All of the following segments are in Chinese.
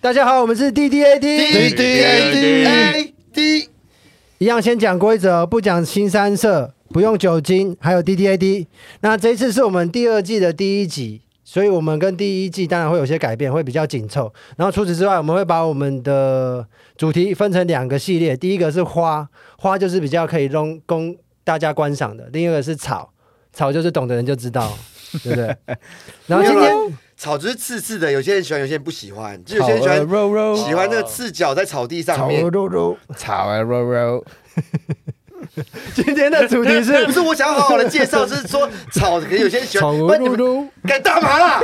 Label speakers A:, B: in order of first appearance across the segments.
A: 大家好，我们是 D D A T，
B: 滴滴滴
C: A D，
A: 一样先讲规则，不讲新三色，不用酒精，还有 D D A D。那这一次是我们第二季的第一集，所以我们跟第一季当然会有些改变，会比较紧凑。然后除此之外，我们会把我们的主题分成两个系列，第一个是花，花就是比较可以供供大家观赏的；另一个是草，草就是懂的人就知道，对不对？然后今天
C: 草就是刺刺的，有些人喜欢，有些人不喜欢，就有些人喜
B: 草儿
C: 欢
B: 肉肉，
C: 喜欢那个赤脚在草地上
B: 草
C: 面
B: 儿。肉肉，草儿肉肉，
A: 今天的主题是
C: 不是我想好好的介绍，就是说草，可能有些人喜欢，
A: 草
C: 不
A: 儿
C: 然你
A: 露
C: 们
A: 露，
C: 干大麻啦？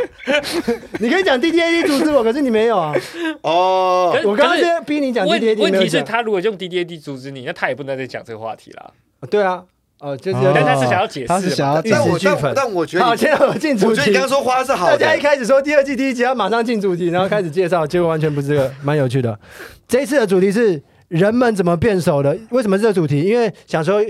A: 你可以讲 D D A D 阻止我，可是你没有 啊。
C: 哦
D: 可，是
A: 我刚刚是逼你讲 D
D: 问
A: D A D，
D: 问
A: 没有
D: 题是
A: 讲。
D: 他如果用 D D A D 阻止你，那他也不能再讲这个话题啦。
A: 对啊，哦，就是有
B: 哦
D: 但他
A: 点。
D: 是想要解释嘛，
B: 他是想要
A: 玉
C: 但
A: 石
C: 我
A: 俱焚
C: 但但我觉
A: 好，
C: 得你，
A: 现在我进主
C: 我觉得
A: 题
C: 你刚。刚说花是好
A: 大家
C: 的
A: 一，开始说第二季第一集要马上进主题，然后开始介绍，结果完全不是这个， 蛮有趣的。这一次的主题是人们怎么变熟的？为什么是这个主题？因为想说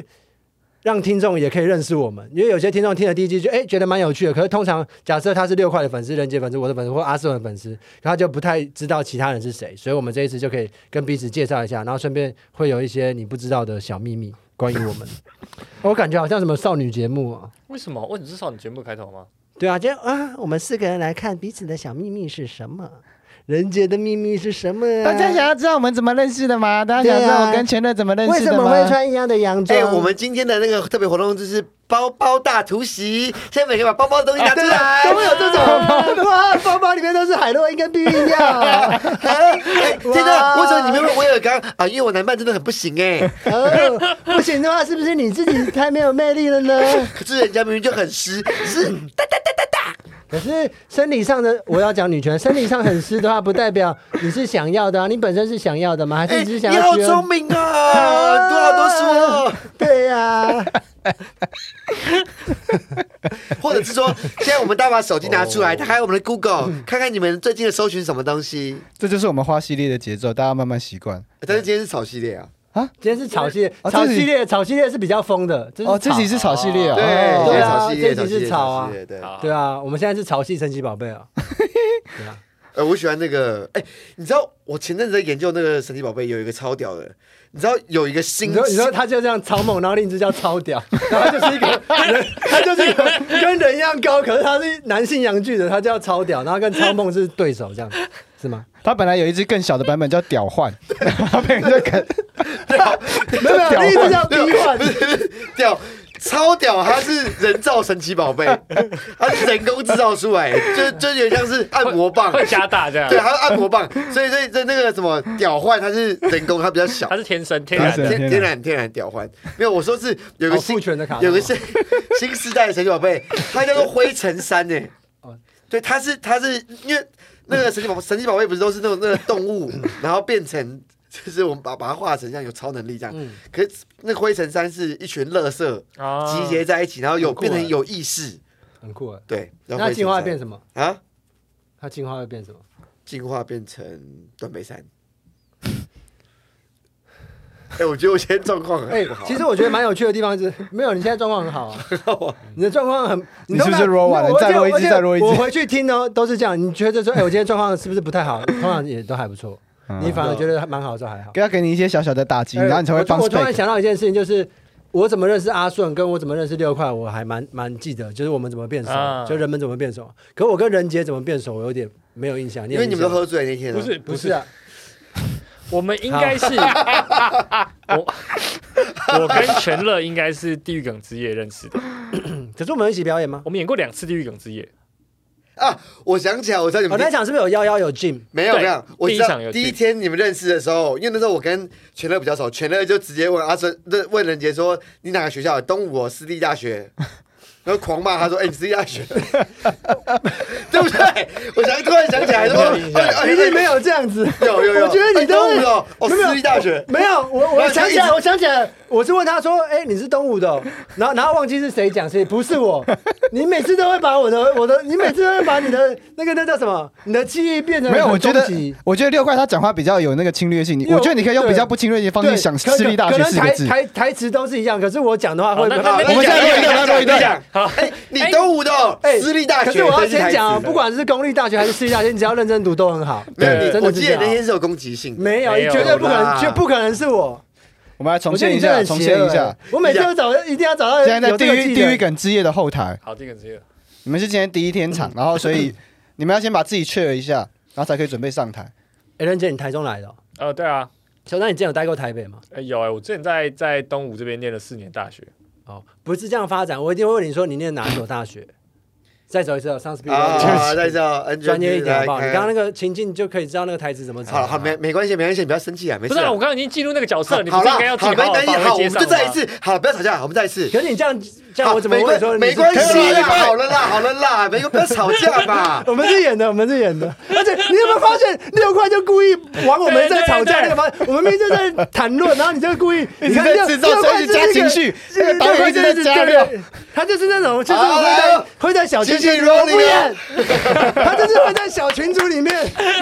A: 让听众也可以认识我们，因为有些听众听了第一季就哎、觉得蛮有趣的，可是通常假设他是六块的粉丝、人杰粉丝、我的粉丝或阿瑟的粉丝，他就不太知道其他人是谁，所以我们这一次就可以跟彼此介绍一下，然后顺便会有一些你不知道的小秘密关于我 们。我感觉好像什么少女节目啊。
D: 为什么？为什么是少女节目开头吗？
A: 对啊，今天啊，我们四个人来看彼此的小秘密是什么，人杰的秘密是什么、啊？
B: 大家想要知道我们怎么认识的吗？大家想知道我跟前任啊怎么认
A: 为
B: 识
A: 什
B: 的吗？
A: 么会穿一样的洋装？
C: 哎，我们今天的那个特别活动就是包包大突袭，现在每个人把包包的东西拿出来，
A: 都会有这种哇，包包里面都是海洛因跟避孕药。
C: 哎真的
A: 哇，
C: 为什么你们会我有刚啊？因为我男伴真的很不行哎，
A: 哦，不行的话，是不是你自己太没有魅力了呢？
C: 可是人家明明就很湿，是
A: 可是生理上的，我要讲女权，生理上很湿的话，不代表你是想要的啊，你本身是想要的吗？还是
C: 哎
A: 你只是
C: 你
A: 想要？
C: 好聪 明啊，多好多说。
A: 对呀、
C: 或者 是说，现在我们大家把手机拿出来，打开我们的
A: 哦
C: Google，看看你们最近的搜寻什么东西。
B: 这就是我们花系列的节奏，大家慢慢习惯。
A: 哎
C: 但是今天是草系列啊，
A: 今天是草系列，
B: 哦
A: 草
B: 这里
A: 系列，草系列是比较疯的。这是
B: 哦，这
A: 草
B: 集是草系列啊，
C: 对，
B: 哦
C: 今
A: 对
C: 天
A: 啊
C: 草系列，
A: 这
C: 草
A: 集
C: 系
A: 是
C: 列，
A: 草啊
C: 系列，对。
D: 好
A: 对啊，我们现在是潮系神奇宝贝啊。对啊，
C: 呃，我喜欢那个，哎，你知道我前阵子在研究那个神奇宝贝，有一个超屌的，你知道有一个
A: 你
C: 新
A: 说你说他就这样超猛，然后另一只叫超屌，然后他就是一个 人，他就是一个跟人一样高，可是他是男性阳具的，他叫超屌，然后跟超梦是对手，这样是吗？
B: 他本来有一只更小的版本叫屌换，他被人家改，
A: 没有没有，
B: 屌
A: 另一只叫 B
C: 没有
A: 幻
C: 不，是屌。超屌！它是人造神 奇宝贝，它是人工制造出来的，就就有点像是按摩棒，
D: 会加 大这样。
A: 啊
C: 对，还有按摩棒，所以所以所以那个什么屌换，它是人工，它比较 小
D: 他，是天生天
C: 天
D: 然的
B: 天。
C: 天天然天然屌换。没有，我说是有个
A: 好
C: 新
A: 哦父权的卡通
C: 有个新新时代的神奇宝贝，它叫做灰尘山呢
A: 哦。
C: 对，它是它是因为那个神奇宝神奇宝贝不是都是那种那个动物，然后变成就是我们把把它画成像有超能力这样。
A: 嗯
C: 可是那灰尘山是一群垃圾
D: 啊
C: 集结在一起，然后有
A: 很酷
C: 变成
A: 欸
C: 有意识。
A: 很酷哎。
C: 对，然
A: 那
C: 后灰尘
A: 进化
C: 山
A: 变什么？
C: 啊？
A: 它进化会变什么？
C: 进化变成断背山。 哎、我觉得我现在状况
A: 哎
C: 很不好、，啊
A: 其实我觉得蛮有趣的地方是， 没有，你现在状况很 好啊，你的状况很，
B: 你是不是
A: 通常
B: roll 完了
A: 我
B: 再 roll 一只
A: 而且
B: 再 roll 一只
A: 我回去听哦，都是这样。你觉得说，哎，我今天状况是不是不太好？通常也都还不错，你反而觉得蛮好的时候还好。哎
B: 给他给你一些小小的打击，然嗯后你才会
A: 我突
B: 帮
A: 我突然
B: spec。
A: 想到一件事情，就是我怎么认识阿顺，跟我怎么认识六块，我还蛮蛮记得，就是我们怎么变熟，
D: 啊
A: 就人们怎么变熟。可我跟任杰怎么变熟，我有点没有印象。
C: 因为
A: 有
C: 你
A: 印
C: 们都
A: 象
C: 喝醉那天、啊，
D: 不是不
A: 不
D: 是
A: 是啊？
D: 我们应 该是我我跟全乐应该是地狱梗之夜认识的，
A: 可是我们有一起表演吗？
D: 我们演过两次地狱梗之夜，
C: 啊，我想起来，我知道你
B: 嗯
A: 我
C: 们第、
A: 哦那场是不是有幺幺有 Jim？
C: 没有
D: 对
C: 没有，我知
D: 第一
C: 道
D: 场有
C: 第一
D: 去
C: 天你们认识的时候，因为那时候我跟全乐比较熟，全乐就直接问阿顺，问问任杰说你哪个学校的？东吴、哦、私立大学。然后狂骂他说：“哎、你私立大学， 对不对？”我想突然想起来说：“
B: 哦
A: 一定没
C: 有，
A: 有这样子。
C: 有有有。”
A: 我觉得你都
C: 东
A: 是
C: 吴哦，哦，
A: 没有
C: 私立大学，
A: 没有，我
C: 然
A: 我
C: 后就
A: 哎想
C: 一
A: 起来，
C: 直
A: 我想起来，我是问他说：“哎、你是东吴的哦、然后然后忘记是谁讲谁，不是 我。你每次都会把我的我的，你每次都会把你的那个那叫什么，你的记忆变成
B: 没有，
A: 很
B: 我觉得
A: 终极，
B: 我觉得六块他讲话比较有那个侵略性，你
A: 因为
B: 我觉得你可以用
A: 对
B: 比较不侵略性的方
A: 对，
B: 式想
A: 可
B: 私立大
A: 可
B: 学
A: 能
B: 四个字
A: 台。台台词都是一样，可是我讲的话会
D: 好那那
C: 好
D: 那
C: 我们
D: 你
C: 现在
D: 讲
C: 录一段录一
D: 你讲
C: 段
D: 你讲
C: 哎，你东吴的哦
A: 哎
C: 私立大学，
A: 可是我要
C: 真
A: 先
C: 太
B: 啊
A: 讲哦，
C: 死
A: 不管是公立大学还是私立大学，你只要认真读都很好。
C: 没有
D: 对
C: 你，
A: 真
C: 我
A: 的是
C: 记
A: 这
C: 得
A: 样
C: 那。天是有攻击性的，
A: 没有，
D: 没
A: 你
D: 有
A: 绝对不可
C: 啦
A: 能，绝不可能是我。
B: 我们来重
A: 我觉得
B: 现
A: 你
B: 一
A: 真的
B: 下，
A: 很
B: 重
A: 邪
B: 现
A: 恶
B: 一下
A: 欸。。我每次都找，一定要找到
B: 现在在
A: 有
B: 地
A: 这个技
B: 狱
A: 能
B: 地狱梗之夜的后台，
D: 好，第一个职业，
B: 你们是今天第一天场，然后所以你们要先把自己确认一下，然后才可以准备上台。
A: 哎，任姐，你台中来的哦？
D: 呃，对啊，
A: 小丹，你之前有待过台北吗？
D: 哎有哎，我之前在在东吴这边念了四年大学，
A: 哦，不是这样发展，我一定会问你说你念哪一所大 学。再走一次哦，上次比
C: 啊，大 家
A: 专业一点好不好？你刚刚那
C: 那
A: 个情境就可以知道那个台词怎么走。
C: 哎好好没没关系，没关系，你不要生气啊，没
D: 不
C: 事
D: 是啊，
C: 啊。
D: 我刚刚已经进入那个角色，你不
C: 好
D: 是
C: 了，
D: 应该要自己
C: 好，没
D: 好好
C: 关系，
D: 把
C: 好，我
D: 接
C: 们
D: 上
C: 就
D: 吗
C: 再一次，好了，不要吵架，我们再一次。
A: 可是你这样这样，
C: 好
A: 我怎么会说你
C: 没
A: 是
C: 关没关
A: 可以
C: 系
A: 了。
C: 啊啦，好了啦，好了啦，没有不要吵架嘛
A: 我们是演的，我们是演的。而且你有没有发现，六块就故意往我们在吵架那个方向，我们明明就在谈论，然后你就故 意
B: 一直
A: 你看
B: 在
A: 六
B: 制造
A: 六块
B: 情绪
A: 就是一
B: 加情绪
A: 对
B: 那个导演一直在加
A: 六
B: 料
A: 块就是对，他就是那种就是
C: 好
A: 会
C: 来
A: 在
C: 哦
A: 会在小群
C: 谢谢
A: 组我不
C: Rolly
A: 演
C: 啊，
A: 他就是会在小群组 里面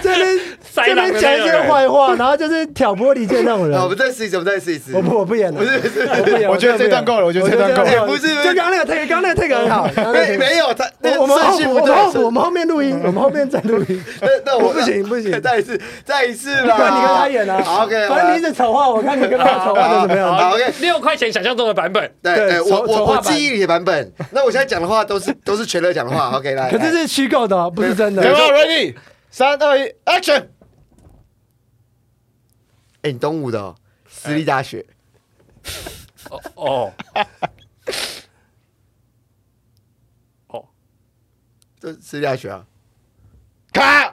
A: 这边
D: 塞
A: 这
D: 狼的
A: 边讲一
D: 那
A: 些
D: 种人
A: 坏话，然后就是挑拨离间那种人
C: 好，我。们再试一次，我们再试一次。
A: 我不我不演了，
C: 不是不是
A: 我不演，
B: 我觉得
A: 真的
B: 这段
A: 不演
B: 够了我觉得这段够了
A: 我
C: 哎不是不是
A: 就刚刚那个 take，刚刚那个 take 很好，刚刚那个 take
C: 没没有他，那
A: 我
C: 个
A: 我们后
C: 顺序
A: 我
C: 不对
A: 们
C: 嗯
A: 后我
C: 顺
A: 们后面录音，我们后面再录 音，
C: 那那我
A: 不行不行
C: 再一次，再一次
A: 不
C: 啦。
A: 然你跟他演啊。
C: 好，OK，
A: 反正你一
C: 好
A: 直丑化我，看你跟他丑化的怎么
C: 好
A: 样。
C: 好，OK。
D: 六块钱想象中的版本，
C: 对，
A: 对
C: 哎我
A: 丑丑
C: 我
A: 话
C: 我
A: 版
C: 记忆里的版本，那我现在讲的话都是都是全乐讲的话，OK，来。
A: 可是
C: 来
A: 是虚构的哦，不是真的
B: 准。备 ready，三二一，action！
C: 哎，你东吴的哦，私立 大学，
D: 哦哦哦，
C: 这私立大学啊，
B: 咔，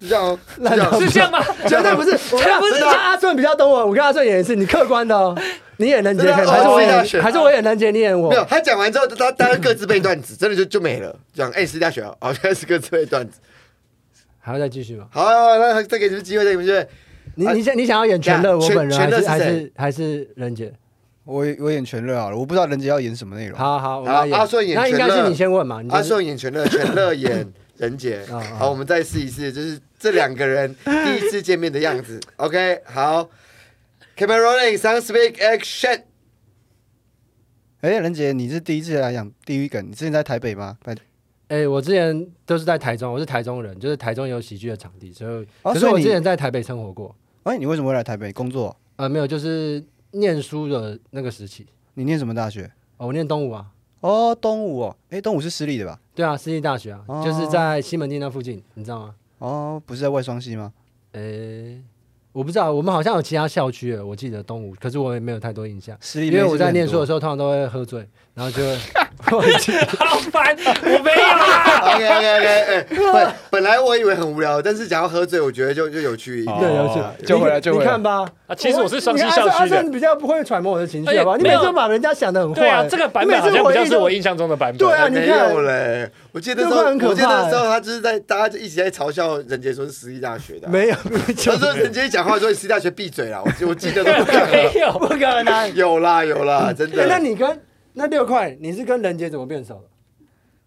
C: 是这样哦， 是
A: 烂
C: 这样
A: 到
C: 哦。
D: 是这样 吗？
A: 绝对不 是，我跟
D: 不是
A: 我跟阿顺比较懂我，我跟阿顺演一次，你客观的哦。你演人杰 可以吗，
C: 真的
A: 还是我
C: 哦我
A: 演
C: 要选，
A: 还是我演人杰，你演我
C: 没。有，他讲完之后，他大家各自背段子，真的就就没了。讲哎，私立大学啊，好，现在是各自背段子。
A: 还要再继续吗？
C: 好，好好那再给你们机会，再给你们机会。
A: 你
C: 啊
A: 你想你想要演全乐，
C: 等一
A: 我
C: 下
A: 本人
C: 全
A: 还
C: 全乐
A: 是
C: 是
A: 还是
C: 谁
A: 还是人杰？
B: 我我演全乐好了，我不知道人家要演什么内容。
A: 好好，我们
C: 好
A: 来演。
C: 阿顺演
A: 那应该
C: 全
A: 是
C: 乐
A: 你先问嘛。你先
C: 阿顺演全乐，全乐 演任杰。
A: 啊啊
C: 好，我们再试一次，就是这两个人第一次见面的样子。OK，好。Camera rolling, sound speak, action。
B: 哎，任杰，你是第一次来讲地狱梗，你之前在台北吗？在
A: 哎，我之前都是在台中，我是台中人，就是台中有喜剧的场地，所以
B: 哦
A: 可是
B: 所以
A: 我
B: 你
A: 之前在台北生活过。
B: 哎，你为什么会来台北工作？
A: 啊，没有，就是念书的那个时期。
B: 你念什么大学？
A: 哦，我念东吴啊，
B: 哦，东吴哦，哎，东吴是私立的吧？
A: 对啊，私立大学啊，
B: 哦
A: 就是在西门町那附近，你知道吗？
B: 哦，不是在外双溪吗？
A: 呃、我不知道，我们好像有其他校区了，我记得东吴，可是我也没有太多印象，
B: 私立
A: 因
B: 妹
A: 为
B: 是不
A: 我
B: 是
A: 在
B: 很
A: 念书
B: 多
A: 的时候通常都会喝醉，然后就 会
D: 好烦，我没有啦。
C: OK OK OK，哎，本本来我以为很无聊，但是讲到喝醉，我觉得就就有趣一点。
A: 对，有
B: 哦
A: 趣，
B: 就回来
A: 你
B: 就回来
A: 你看吧。
D: 啊其实我是双溪
A: 你啊看阿
D: 校区
A: 顺
D: 的
A: 阿顺比较不会揣摩我的情绪，好吧？
D: 而
A: 你每
D: 且没有
A: 次都把人家想的很坏。
D: 对啊，这个版本好像比较是我
A: 你每次回忆
D: 印象中的版本。
A: 对啊你
C: 没
A: 看
C: 有嘞。我记得那时
A: 这
C: 候，
A: 会很可怕欸
C: 我记得那时候他就是在大家就一起在嘲笑任杰说是私立大学的
A: 都
C: 啊。
A: 没有，
C: 他
A: 就
C: 说任杰讲话说你私立大学闭嘴啦，我我记得都不 讲了。
D: 没有，
A: 不可能。
C: 有啦有啦，真
A: 哎
C: 的。
A: 那你跟那六块，你是跟任杰怎么变熟的？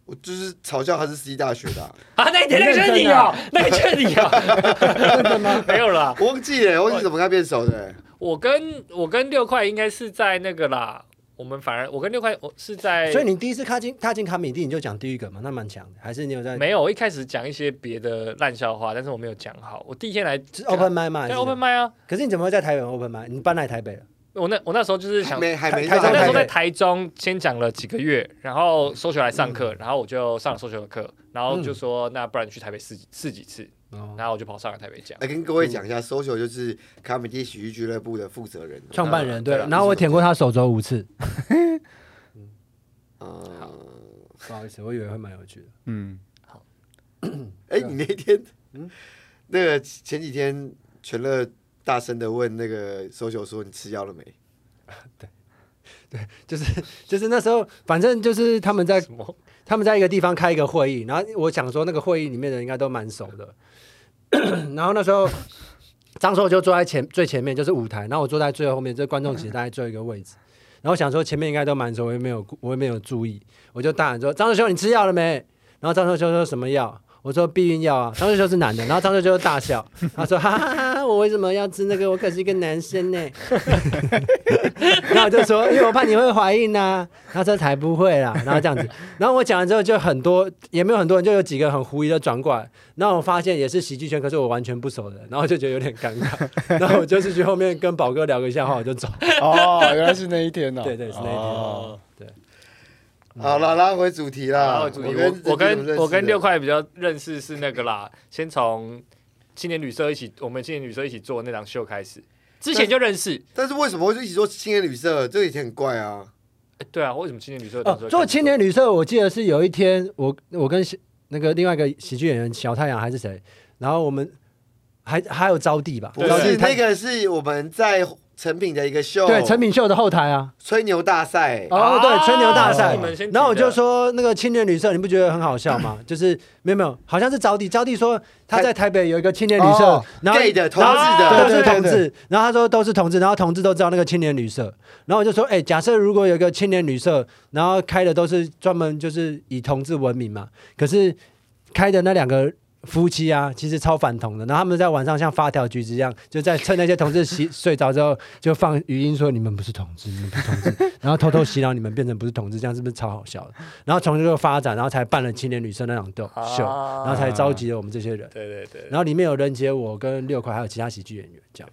C: 我就是嘲笑他是私立大学的啊，
D: 啊，那那个就是你哦，那个就是你哦，没有啦，
C: 我忘记
D: 哦
C: 了，我忘记怎么跟他变熟的欸。
D: 我跟我跟六块应该是在那个啦，我们反而我跟六块我是在，
A: 所以你第一次踏进踏进卡米蒂，你就讲地狱梗嘛，那蛮强的。还是你有在
D: 没有，我一开始讲一些别的烂笑话，但是我没有讲好，我第一天来
A: 是 open m i 嘛？还
D: 对
A: 是
D: open m i 啊，
A: 可是你怎么会在台北 open m i 你搬来台北了？
D: 我那我那时候就是想
C: 还。没还没
A: 台
D: 啊我
A: 台
D: 那时候
A: 台
D: 在台中先讲了几个月，然后搜学来上
C: 嗯
D: 课，然后我就上了搜学的课，然后就说那不然去台北
C: 嗯
D: 试试几次，
A: 哦，
D: 然后我就跑上了台北讲。
C: 来跟各位讲一下，social
D: 嗯
C: 就是卡米蒂喜剧俱乐部的负责人
A: 创办人
C: 嗯
A: 对
C: 啦。
A: 然后我舔过他手肘五次，
C: 啊。
A: 不好意思，我以为会蛮有趣的。
B: 嗯，
C: 哎，
D: 啊
C: 你那天，
D: 嗯
C: 那个前几天全乐大声的问那个 social 说你吃药了没？
A: 就是就是那时候，反正就是他们在
D: 什么？
A: 他们在一个地方开一个会议，然后我想说那个会议里面的人应该都蛮熟的， 然后那时候张硕就坐在前最前面，就是舞台，然后我坐在最后面，这观众席大概最后一个位置。然后我想说前面应该都蛮熟，我也没有顾我也没有注意，我就大喊说：“张硕兄，你吃药了没？”然后张硕兄说什么药？我说避孕药啊。张硕兄是男的，然后张硕兄就大笑，他说：“哈哈哈哈，我为什么要吃那个？我可是一个男生呢。 然后我就说，因为我怕你会怀孕呐、然后这才不会啦。然后这样子，然后我讲完之后，就很多也没有很多人，就有几个很狐疑的转过来。然后我发现也是喜剧圈，可是我完全不熟的，然后就觉得有点尴尬。 然后我就是去后面跟宝哥聊个 笑话，我就走。
B: 哦，原来是那一天 哦。
A: 对对是那一天
B: 哦
C: 好了，拉回主题啦。
D: 然后嗯主题
C: 啊跟
D: 我我
C: 自己怎么认识
D: 跟
C: 的
D: 我跟六块比较认识是那个啦，先从青年旅社一起，我们青年旅社一起做那档秀开始，之前就认识。
C: 但是为什么会一起做青年旅社？这个也很怪啊。
D: 哎对啊，为什么青年旅社
A: 哦，做青年旅社，我记得是有一天，我我跟喜那个另外一个喜剧演员小太阳还是谁，然后我们还还有招娣吧，
C: 不
D: 对
A: 招娣
C: 是那
A: 他
C: 个是我们在成品的一个秀，
A: 对陈敏秀的后台啊，
C: 吹牛大赛。
A: 哦对
D: 啊
A: 吹牛大
D: 是
A: 赛
D: 你们先提，的
A: 然后我就说那个青年旅社，你不觉得很好笑吗？就是没有没有，好像是招娣，招娣说他在台北有一个青年旅社
B: 哦，
A: 然后
C: gay 的同
A: 然后
C: 志
A: 对
C: 的
A: 都是
B: 对对
A: 同志，然后他说都是同志，然后同志都知道那个青年旅社，然后我就说，哎、假设如果有一个青年旅社，然后开的都是专门就是以同志闻名嘛，可是开的那两个夫妻啊，其实超反同的，然后他们在晚上像发条橘子一样，就在趁那些同志洗睡着之后，就放语音说你们不是同志，你们不是同志，然后偷偷洗脑你们变成不是同志，这样是不是超好笑的？然后从这个发展，然后才办了青年旅社那场斗秀，然后
D: 后
A: 才召集了我们这些人，
D: 啊对对对，
A: 然后里面有人杰我跟六块还有其他喜剧演员这样。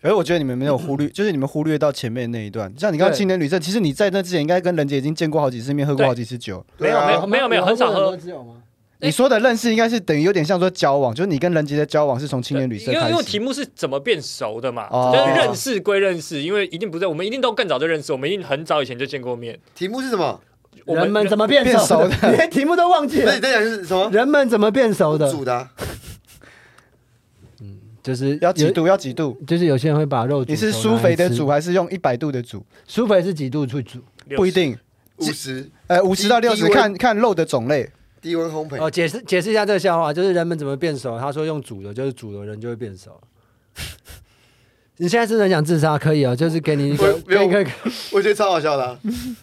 B: 而哎我觉得你们没有忽 略，就是你们忽略到前面那一段。像你刚刚
A: 对
B: 青年旅社，其实你在那之前应该跟人杰已经见过好几次面，喝过好几次酒。
D: 没有
C: 对啊
D: 没有没有没有很少喝，哎
B: 你说的认识应该是等于有点像说交往，就是你跟人杰的交往是从青年旅社
D: 因为
B: 开
D: 因为
B: 始
D: 题。目是怎么变熟的嘛，
B: 哦
D: 就是认识归认识，因为一定不在，我们一定都更早就认识，我们一定很早以前就见过面。
C: 题目是什么？
D: 我们
A: 人们怎么变
B: 变
A: 熟的？
B: 熟的
A: 你连题目都忘记
C: 不是
A: 了
C: 你。在讲是什么？
A: 人们怎么变熟的？
C: 煮的啊。
A: 就是
B: 要几
A: 有，
B: 度？要几度？
A: 就是有些人会把肉煮熟。
B: 你是苏肥的
A: 然后
B: 煮啊还是用一百度的煮？
A: 吃，苏肥是几度去煮？
B: 不一定，
C: 五十
B: 呃，五十到六
C: 低
B: 十，
C: 温
B: 看看肉的种类。
C: 低温烘焙，
A: 哦，解释解释一下这个笑话，就是人们怎么变熟？他说用煮的，就是煮的人就会变熟。 你现在是不是很想自杀？可以哦，就是给你一个
C: 我，没有
A: 给你一个。
C: 我觉得超好笑的 啊，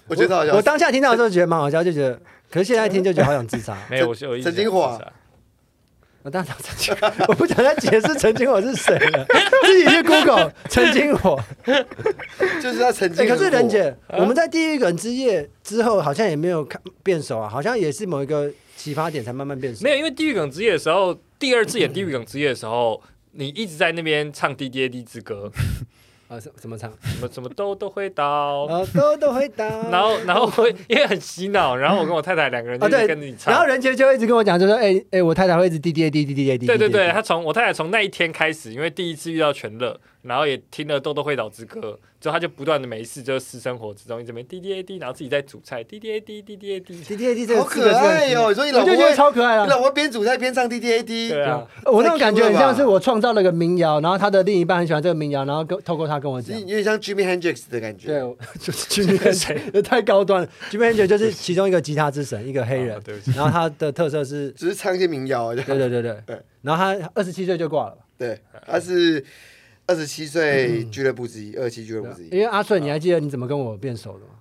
C: 我觉得超好笑
A: 我。当下听到的时候觉得蛮好笑，就觉得，可是现在听就觉得好想自杀。
D: 没有，我是有一直
C: 曾经
D: 想
C: 火啊
D: 自杀
A: 我当场澄清，我不想再解释陈金火是谁 了，自己去 Google 陈金火。
C: 就是啊他曾
A: 哎、
C: 经很火。
A: 可是任姐，我们在地狱梗之夜之后，好像也没有看变熟啊，好像也是某一个启发点才慢慢变熟。
D: 没有，因为地狱梗之夜的时候，第二次演地狱梗之夜的时候，你一直在那边唱《D D A D 之歌
A: 啊，什怎么唱？》，
D: 什么什么都都会
C: 哦
D: 到，
B: 哦
A: 然后都都会 打，
D: 然后然后会因为很洗脑，然后我跟我太太两个人就
A: 啊
C: 哦
D: 一直
A: 对
D: 跟你，唱。
A: 然后任杰就一直跟我讲，就说哎哎、我太太会一直滴滴滴滴滴滴滴。
D: 对对对，他从我太太从那一天开始，因为第一次遇到全乐，然后也听了《豆豆会岛之歌》，之后他就不断的没事，就是私生活之中一直没滴滴 A D，然后自己在煮菜滴滴 A D 滴滴 A D，
A: 滴滴滴这个
C: 好
A: 四个字
C: 可
A: 很
C: 爱哦！你说你
A: 我
C: 老婆
A: 就觉
C: 会，
A: 得超可爱
C: 你老
A: 了。
C: 婆边煮菜边唱 D D A D，
D: 对啊，
A: 我那种感觉很像
C: 太 Q
A: 是
C: 了吧
A: 我创造了个民谣，然后他的另一半很喜欢这个民谣，然后跟透过他跟我
C: 有
A: 讲。
C: 有点像 Jimmy Hendrix 的感觉。
A: 对，啊我就是 Jimmy Hendrix，太 高端了。Jimmy Hendrix 就是其中一个吉他之神，一个黑人
D: 啊，对不起，
A: 然后他的特色是
C: 只是唱一些民谣而已。
A: 对对对对，
C: 对
A: 然后他二十七岁就挂了吧，
C: 对，他是二十七
A: 嗯
C: 岁俱乐部之一，二七俱乐部之
A: 因
C: 一。
A: 为阿顺，你还记得你怎么跟我变熟的吗？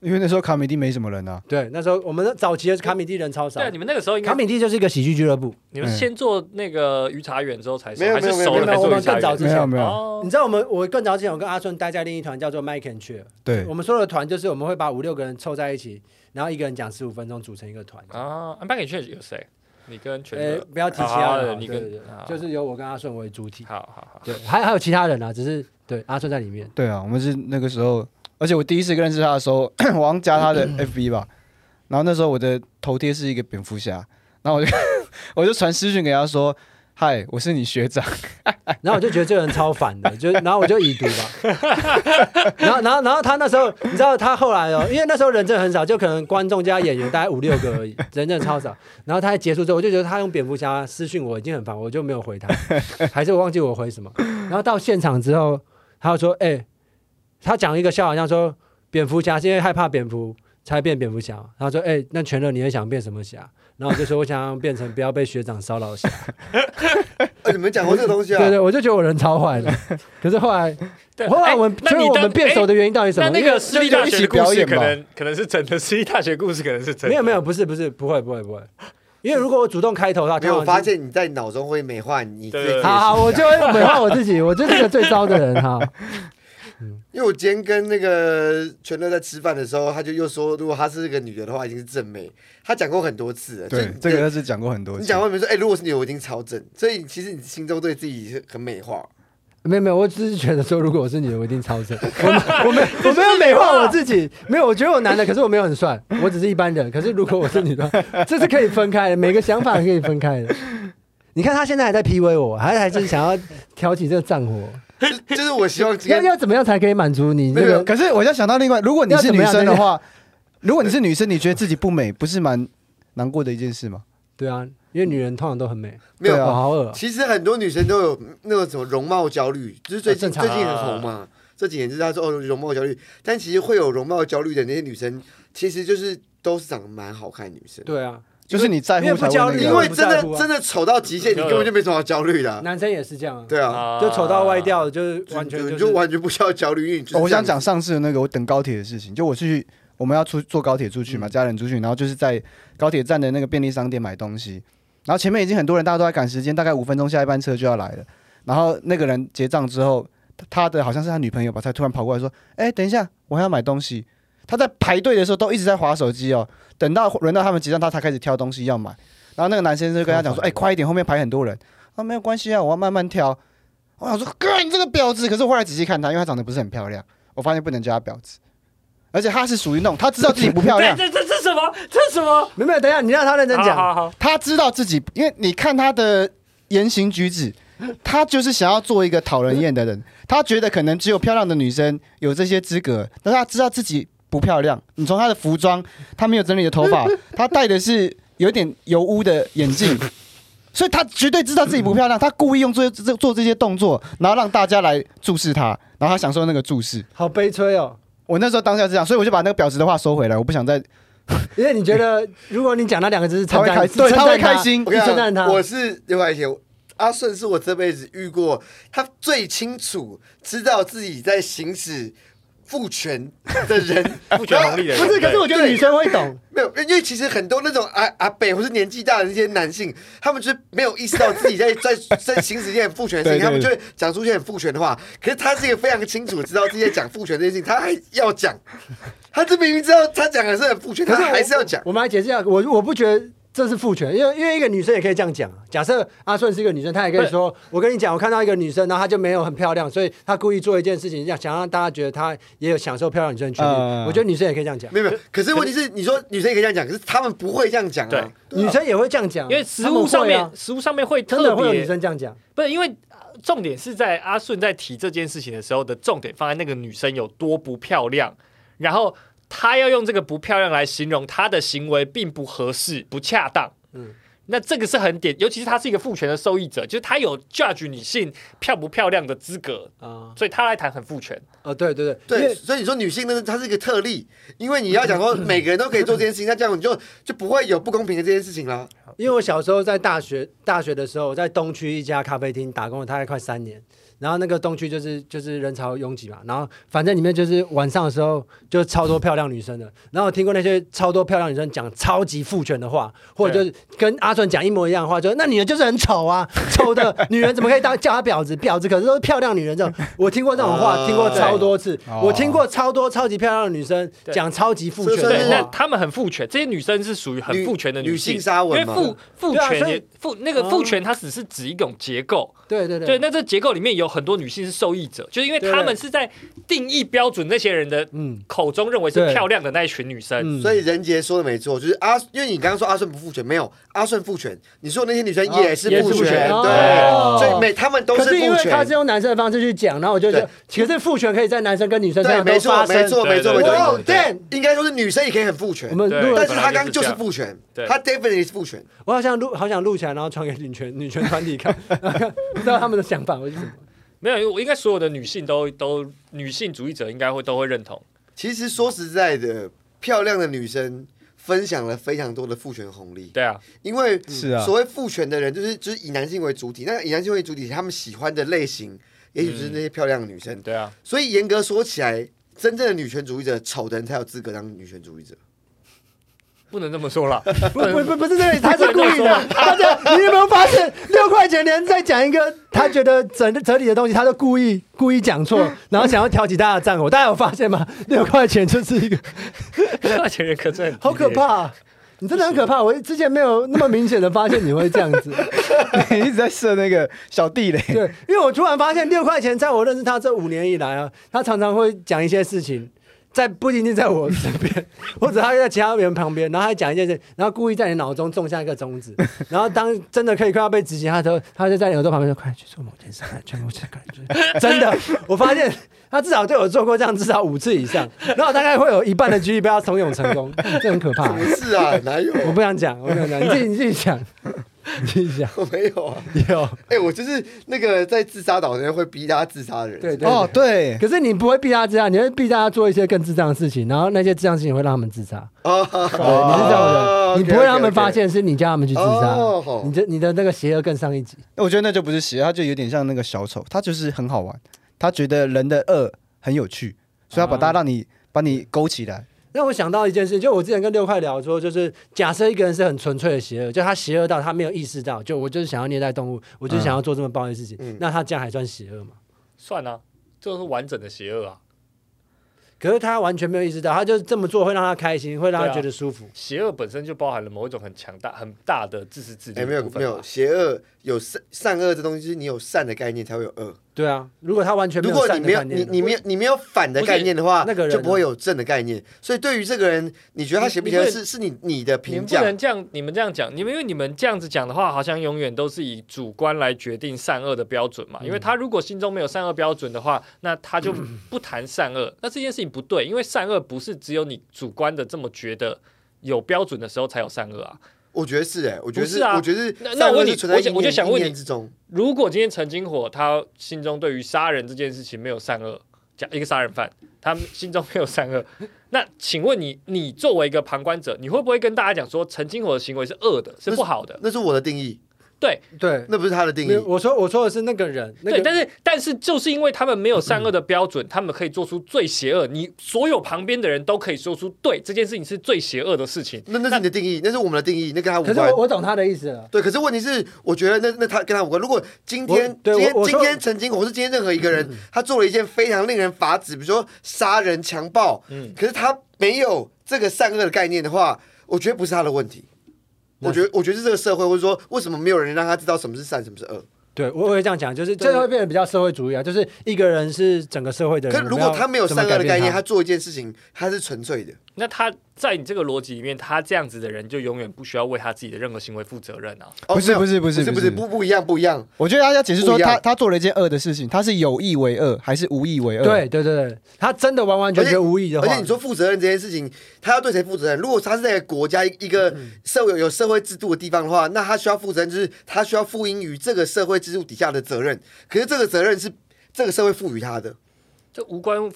B: 因为那时候卡米蒂没什么人啊，
A: 对，那时候我们的早期的卡米蒂人超少
D: 对啊，，你们那个时候应
A: 卡
D: 该
A: 米蒂就是一个喜剧俱乐部，
D: 你们先做那个鱼茶园之后才
C: 没有
D: 还是
C: 没有
D: 熟了
A: 没
D: 才
A: 有我
D: 做
A: 们
D: 鱼茶
A: 更早
D: 园
A: 之
B: 没有
A: 前。
B: 没有，
D: 哦
A: 你知道我们，我更早之前我跟阿顺待在另一团叫做 Mike and Cheer，
B: 对
A: 我，们所有的团就是我们会把五六个人凑在一起，然后一个人讲十五分钟组成一个团。
D: 啊，安排给确实有谁？你跟全
A: 呃
D: 乐，，
A: 不要提其
D: 好
A: 他
D: 好
A: 人好，
D: 你
A: 对
D: 跟
A: 对对
D: 好
A: 就是由我跟阿顺为主体，
D: 好好好，
A: 对，还还有其他人啊，只是对阿顺在里面。
B: 对啊，我们是那个时候，而且我第一次认识他的时候， 我好像加他的 FB 吧，然后那时候我的头贴是一个蝙蝠侠，然后我就 我就传私讯给他说。嗨，我是你学长，
A: 然后我就觉得这个人超烦的，就然后我就已读吧。 然后然后然后他那时候，你知道他后来哦，因为那时候人真的很少，就可能观众加演员大概五六个而已，人真的超少。然后他在结束之后，我就觉得他用蝙蝠侠私讯我已经很烦，我就没有回他，还是我忘记我回什么。然后到现场之后，他就说：“哎、他讲一个笑话，好像说蝙蝠侠是因为害怕蝙蝠才变蝙蝠侠。”然后说：“哎、那全乐你也想变什么侠？”然后我就说：“我想要变成不要被学长骚扰的侠。”
C: 呃，你们讲过这个东西啊
A: 对？对，我就觉得我人超坏的。可是后来，
D: 对
A: 后来我们
D: 哎，那
A: 所以
D: 你
A: 我
D: 的
A: 们变熟。的原因到底是什
D: 哎那
A: 么？
D: 那
A: 因为
D: 个私立大学的故
B: 就就一起表
D: 事
B: 演
D: 可
B: 吧
D: 能可能是真的，私立大学故事可能是真的。
A: 没有没有，不是不是，不会不会不会。因为如果我主动开头的话，
C: 没有
A: 通常
C: 发
A: 就是。
C: 现你在脑中会美化你自己
D: 对
C: 的
D: 对
A: 好好，我
C: 形
A: 就
C: 象。
A: 会美化我自己，我就是个最糟的人哈。
C: 因为我今天跟那个全乐在吃饭的时候，他就又说，如果她是个女的的话，已经是正妹。他讲过很多次了，就
B: 对
C: 你，
B: 这个是讲过很多次。
C: 你讲话没说，哎、如果是女的，我一定超正。所以其实你心中对自己是很美 化。
A: 没有没有，我只是觉得说，如果我是女的，我一定超 正。我没我没我没有美化
D: 啊
A: 我自己，没有，我觉得我男的，可是我没有很帅，我只是一般人。可是如果我是女 的，这是可以分开的，每个想法可以分开的。你看他现在还在 PUA 我，还还是想要挑起这个战 火，
C: 就就是我希望今
A: 要
C: 天
A: 要怎么样才可以满足你这
C: 没有
A: 个？
B: 可是我就想到另外，如果你是女
A: 要
B: 生
A: 怎么
B: 的
A: 样
B: 话，如果你是女生，你觉得自己不美，不是蛮难过的一件事吗？
A: 对啊，因为女人通常都很美，
C: 没有
B: 对
A: 我
B: 啊
A: 好恶啊。
C: 其实很多女生都有那种什么容貌焦虑，就是最近、
A: 啊正常
C: 最
D: 啊
C: 近很红嘛。这几年就是她说哦容貌焦虑，但其实会有容貌焦虑的那些女生，其实就是都是长得蛮好看的女生。
A: 对啊，
B: 就是你在乎
A: 因为
B: 才
A: 不焦
B: 会
A: 虑
B: 那
C: 因
B: 个啊。
C: 为真的
A: 我不在乎啊
C: 真的丑到极限，你
D: 对
C: 根本就没什么好焦虑的啊、
A: 男生也是这样啊，
C: 对啊，
D: 啊
A: 就丑到歪掉，就是
C: 就
A: 完全
C: 就
A: 就
C: 你
A: 是
C: 就完全不需要焦虑，因为你就是
B: 哦我
C: 这
B: 想
C: 样子
B: 讲上次的那个我等高铁的事情，就我去我们要出坐高铁出
C: 嗯
B: 去嘛，家人出去，然后就是在高铁站的那个便利商店买东西，然后前面已经很多人，大家都在赶时间，大概五分钟下一班车就要来了。然后那个人结账之后，他他的好像是他女朋友吧，才突然跑过来说：“哎、等一下，我还要买东西。”他在排队的时候都一直在划手机哦，等到轮到他们结账，他才开始挑东西要买。然后那个男生就跟他讲说：“哎、快一点，后面排很多人。”啊，没有关系啊，我要慢慢挑。我想说，哥，你这个婊子！可是我后来仔细看她，因为她长得不是很漂亮，我发现不能叫她婊子，而且她是属于那种她知道自己不漂 亮
D: 对，这这这什么？这什么？
A: 没有没有，等一下你让他认真
D: 好
A: 讲，
D: 好好，
B: 他知道自己，因为你看他的言行举止，他就是想要做一个讨人厌的人。他觉得可能只有漂亮的女生有这些资格，但是他知道自己不漂亮。你从他的服装，他没有整理的头发，他戴的是有点油污的眼镜。所以他绝对知道自己不漂亮，他故意用这这做这些动作，然后让大家来注视他，然后他享受那个注视。
A: 好悲催哦。
B: 我那时候当下是这样，所以我就把那个婊子的话收回来，我不想再
A: 因为你觉得，如果你讲那两个字是
B: 他
A: 称
B: 会
A: 赞，
B: 开心，对，他会
A: 称赞
B: 开心
C: 我。跟你
A: 称赞
C: 讲，
A: 他
C: 我是刘海贤，阿顺是我这辈子遇过他最清楚知道自己在行使父权的 人。
D: 不觉得红利的人
A: 不是，可是我觉得
C: 对
A: 女生会懂，
C: 没有，因为其实很多那种阿阿北或是年纪大的那些男性，他们就是没有意识到自己在在 在行使一件很父权的事情，
B: 对对
C: 他们就会讲出一些很父权的话。可是他是一个非常清楚知道自己在讲父权这件事情，他还要讲。他这明明知道他讲的是很父权，
A: 可
C: 他
A: 是我
C: 还是要讲。
A: 我们来解释一下，我我不觉得。这是父权，因为因为一个女生也可以这样讲啊。假设阿顺是一个女生，她也可以说：“我跟你讲，我看到一个女生，然后她就没有很漂亮，所以她故意做一件事情，让想让大家觉得她也有享受漂亮女生的权利。
B: 嗯
A: 我觉得女生也可以这样讲，
C: 没有没有，可是问题是，你说女生也可以这样讲，可是他们不会这样讲啊。
A: 女生也会这样讲，
D: 因为食物上面，
A: 她们会啊
D: 食物上面会
A: 真
D: 特
A: 的会有女
D: 别
A: 生这样讲。
D: 不是因为呃重点是在阿顺在提这件事情的时候的重点放在那个女生有多不漂亮，然后他要用这个不漂亮来形容她的行为并不合适、不恰当。嗯
A: 嗯，
D: 那这个是很点，尤其是他是一个父权的受益者，就是他有 judge 女性漂不漂亮的资格，
A: 啊、
D: 所以他来谈很父权。
A: 哦，对对对，因
C: 对，
A: 为
C: 所以你说女性呢，她是一个特例，因为你要讲说每个人都可以做这件事情，那这样你就就不会有不公平的这件事情啦。
A: 因为我小时候在大学大学的时候，我在东区一家咖啡厅打工了大概快三年，然后那个东区就是就是人潮拥挤嘛，然后反正里面就是晚上的时候就超多漂亮女生的，然后我听过那些超多漂亮女生讲超级父权的话，或者就是跟阿顺讲一模一样的话，就是那女人就是很丑啊，丑的女人怎么可以当叫她婊子？婊子可是都是漂亮女人这种，我听过这种话，
C: 啊
A: 听过超多次
C: 哦
B: 对，
A: 我听过超多超级漂亮的女生
D: 对
A: 讲超级父权
C: 所以
D: 对，
C: 说
A: 的
D: 那
A: 话。
D: 他们很父权，这些女生是属于很
C: 女
D: 父权的
C: 女
D: 性
C: 性沙文
D: 因为
C: 嘛
D: 父父
A: 对啊
D: 权
A: 所以
D: 也父那个
A: 哦
D: 父权，它只是指一种结构，
A: 对对
D: 对，那这结构里面有很多女性是受益者，就是因为
A: 对
D: 他们是在定义标准那些人的
A: 嗯
D: 口中认为是
A: 对
D: 漂亮的那一群女生。
A: 嗯
C: 所以任杰说的没错，就是阿，因为你刚刚说阿顺不复权，没有阿顺复权，你说的那些女生也是
A: 也
C: 复
A: 是
C: 权，
A: 父权
C: 对，
A: 哦
C: 所以每他们都
A: 可
C: 是
A: 是因
C: 复
A: 为他
C: 权
A: 是，用男生的方式去讲，然后我就觉得，其实父权可以在男生跟女生身
C: 对，
A: 上
C: 没
A: 都
C: 错，
A: 发生。
C: 没错，没错，没
D: 对
A: 哇
C: 错
A: 哦，
C: 对，
A: ，Dan，
C: 应该说是女生也可以很复权
A: 我，们
D: 对
A: 录
C: 但
A: 了
C: 是，他刚刚就是
D: 本来就是这样
C: 复权
D: 对，
C: 他 definitely 是复权，
A: 我好想录，好想录起来，然后传给女权女权团体 看，不知道他们的想法会是什么。
D: 没有，因为我应该所有的女性都都女性主义者应该会都会认同。
C: 其实说实在的，漂亮的女生分享了非常多的父权红利。
D: 对啊，
C: 因为
B: 是啊
C: 所谓父权的人就是就是以男性为主体，那以男性为主体，他们喜欢的类型，也许就是那些漂亮的女生。
D: 对啊，
C: 所以严格说起来，真正的女权主义者，丑的人才有资格当女权主义者。
D: 不能这么 说啦。
A: 不不不不是这 里，他是故意的。大家，你有没有发现，六块钱连在讲一个他觉得整哲理的东西，他都故意故意讲 错，然后想要挑起大家的战火。大家有发现吗？ 六块钱就是一个
D: 赚钱人可真的很低
A: 好可
D: 耶。
A: 怕、啊 你真的很可怕。我之前没有那么明显的发现你会这样子。
B: 你一直在设那个小地雷。
A: 对，因为我突然发现六块钱，在我认识他这五年以来啊，他常常会讲一些事情，在不仅仅在我身边， 或者他在其他人旁边，然后还讲一件事，然后故意在你脑中种下一个种子，然后当真的可以快要被执行他的时候，他就在你耳朵旁边说：“快去做某件事，快去做某件事， 快去做。”真的，我发现他至少对我做过这样至少五次以上，然后大概会有一半的几率被他怂恿成功，这很可怕、
C: 不是啊，哪有？
A: 我不想讲，我不想讲，你自己你自己讲，你自己讲。
C: 我没有啊。
A: 有，
C: 哎、我就是那个在自杀岛上会逼大家自杀的人。
A: 对对
B: 哦，对，
A: 可是你不会逼他这样，你会逼大家做一些更智障的事情，然后那些智障事情会让他们自杀。
C: 啊，
A: 对，你是这样的
C: 哦
A: 人，你
C: OK，OK，OK
A: 不会让他们发现是你叫他们去自杀
C: 哦好。
A: 你的你的那个邪恶更上一级。
B: 我觉得那就不是邪，他就有点像那个小丑，他就是很好玩，他觉得人的恶很有趣，所以他把它让你把你勾起来。
A: 让我想到一件事，就我之前跟六块聊说，就是假设一个人是很纯粹的邪恶，就他邪恶到他没有意识到，就我就是想要虐待动物，我就是想要做这么暴力的事情，
C: 嗯
A: 那他这样还算邪恶吗？
D: 算啊，这种是完整的邪恶啊。
A: 可是他完全没有意识到，他就是这么做会让他开心，会让他
D: 对啊
A: 觉得舒服。
D: 邪恶本身就包含了某一种很强大、很大的自私自利
C: 哎、
D: 的
C: 没有
D: 部分吧。
C: 没有，邪恶有善善恶这东西，就是你有善的概念才会有恶。
A: 对啊，如果他完全没
C: 如
A: 有
C: 果你
A: 善的
C: 没有
A: 概
C: 你
A: 念，
C: 你没有你没有反的概念的话，
A: 不是那个人啊
C: 就不会有正的概念。所以对于这个人，你觉得他邪不邪
D: 你
C: 恶
D: 你不
C: 是是你你的
D: 你们
C: 评
D: 不
C: 价
D: 能这样，你们这样讲，你们因为你们这样子讲的话，好像永远都是以主观来决定善恶的标准
C: 嗯
D: 嘛。因为他如果心中没有善恶标准的话，那他就不谈善恶。
C: 嗯
D: 那这件事情不对，因为善恶不是只有你主观的这么觉得有标准的时候才有善恶啊。
C: 我觉得是哎、我觉得
D: 不是啊
C: 我觉得是
D: 那那
C: 善
D: 我
C: 恶
D: 问你
C: 是存在
D: 我想我就想问
C: 意
D: 你
C: 念之中。
D: 如果今天陈金火他心中对于杀人这件事情没有善恶，讲一个杀人犯，他心中没有善 恶，那请问你，你作为一个旁观者，你会不会跟大家讲说陈金火的行为是恶的，是不好的？
C: 那是我的定义，
D: 对，
A: 对，
C: 那不是他的定
A: 没有
C: 义。
A: 我说我说的是那个人，那个
D: 对，但是但是就是因为他们没有善恶的标准，他们可以做出最邪恶。你所有旁边的人都可以说出对这件事情是最邪恶的事情。
C: 那那是你的定义，那是我们的定义，那跟他无
A: 可是
C: 关
A: 我。我懂他的意思了。
C: 对，可是问题是，我觉得那那他跟他无关。如果今天
A: 我对
C: 今天
A: 我我
C: 今
A: 说
C: 天陈金火或是今天任何一个人，他做了一件非常令人发指，比如说杀人、强暴，
D: 嗯
C: 可是他没有这个善恶的概念的话，我觉得不是他的问题。我觉得，我觉得是这个社会，或者说为什么没有人让他知道什么是善，什么是恶？
A: 对，我我会这样讲，就是这会变得比较社会主义啊，就是一个人是整个社会的
C: 可
A: 人。
C: 是如果他没有善恶的概念，
A: 他
C: 他做一件事情，他是纯粹的。
D: 那他在你这个逻辑里面，他这样子的人就永远不需要为他自己的任何行为负责任啊。
C: 哦
B: 不是
C: 没有
B: 不是不
C: 不
B: 是
C: 不
B: 不
C: 是
B: 是
C: 不不一样不一样。
B: 我觉得他要解释说
C: 不一样
B: 他他做了一件恶的事情，他是有意为恶还是无意为恶？，
A: 对对对对，他真的完完全全无意的话，
C: 而且你说负责任这件事情，他要对谁负责任？如果他是在一个国家一一个
A: 嗯
C: 社会有社会制度的地方的话，那他需要负责任，就是他需要负应于这个社会制度底下的责任。可是这个责任是这个社会赋予他的，
D: 这无关，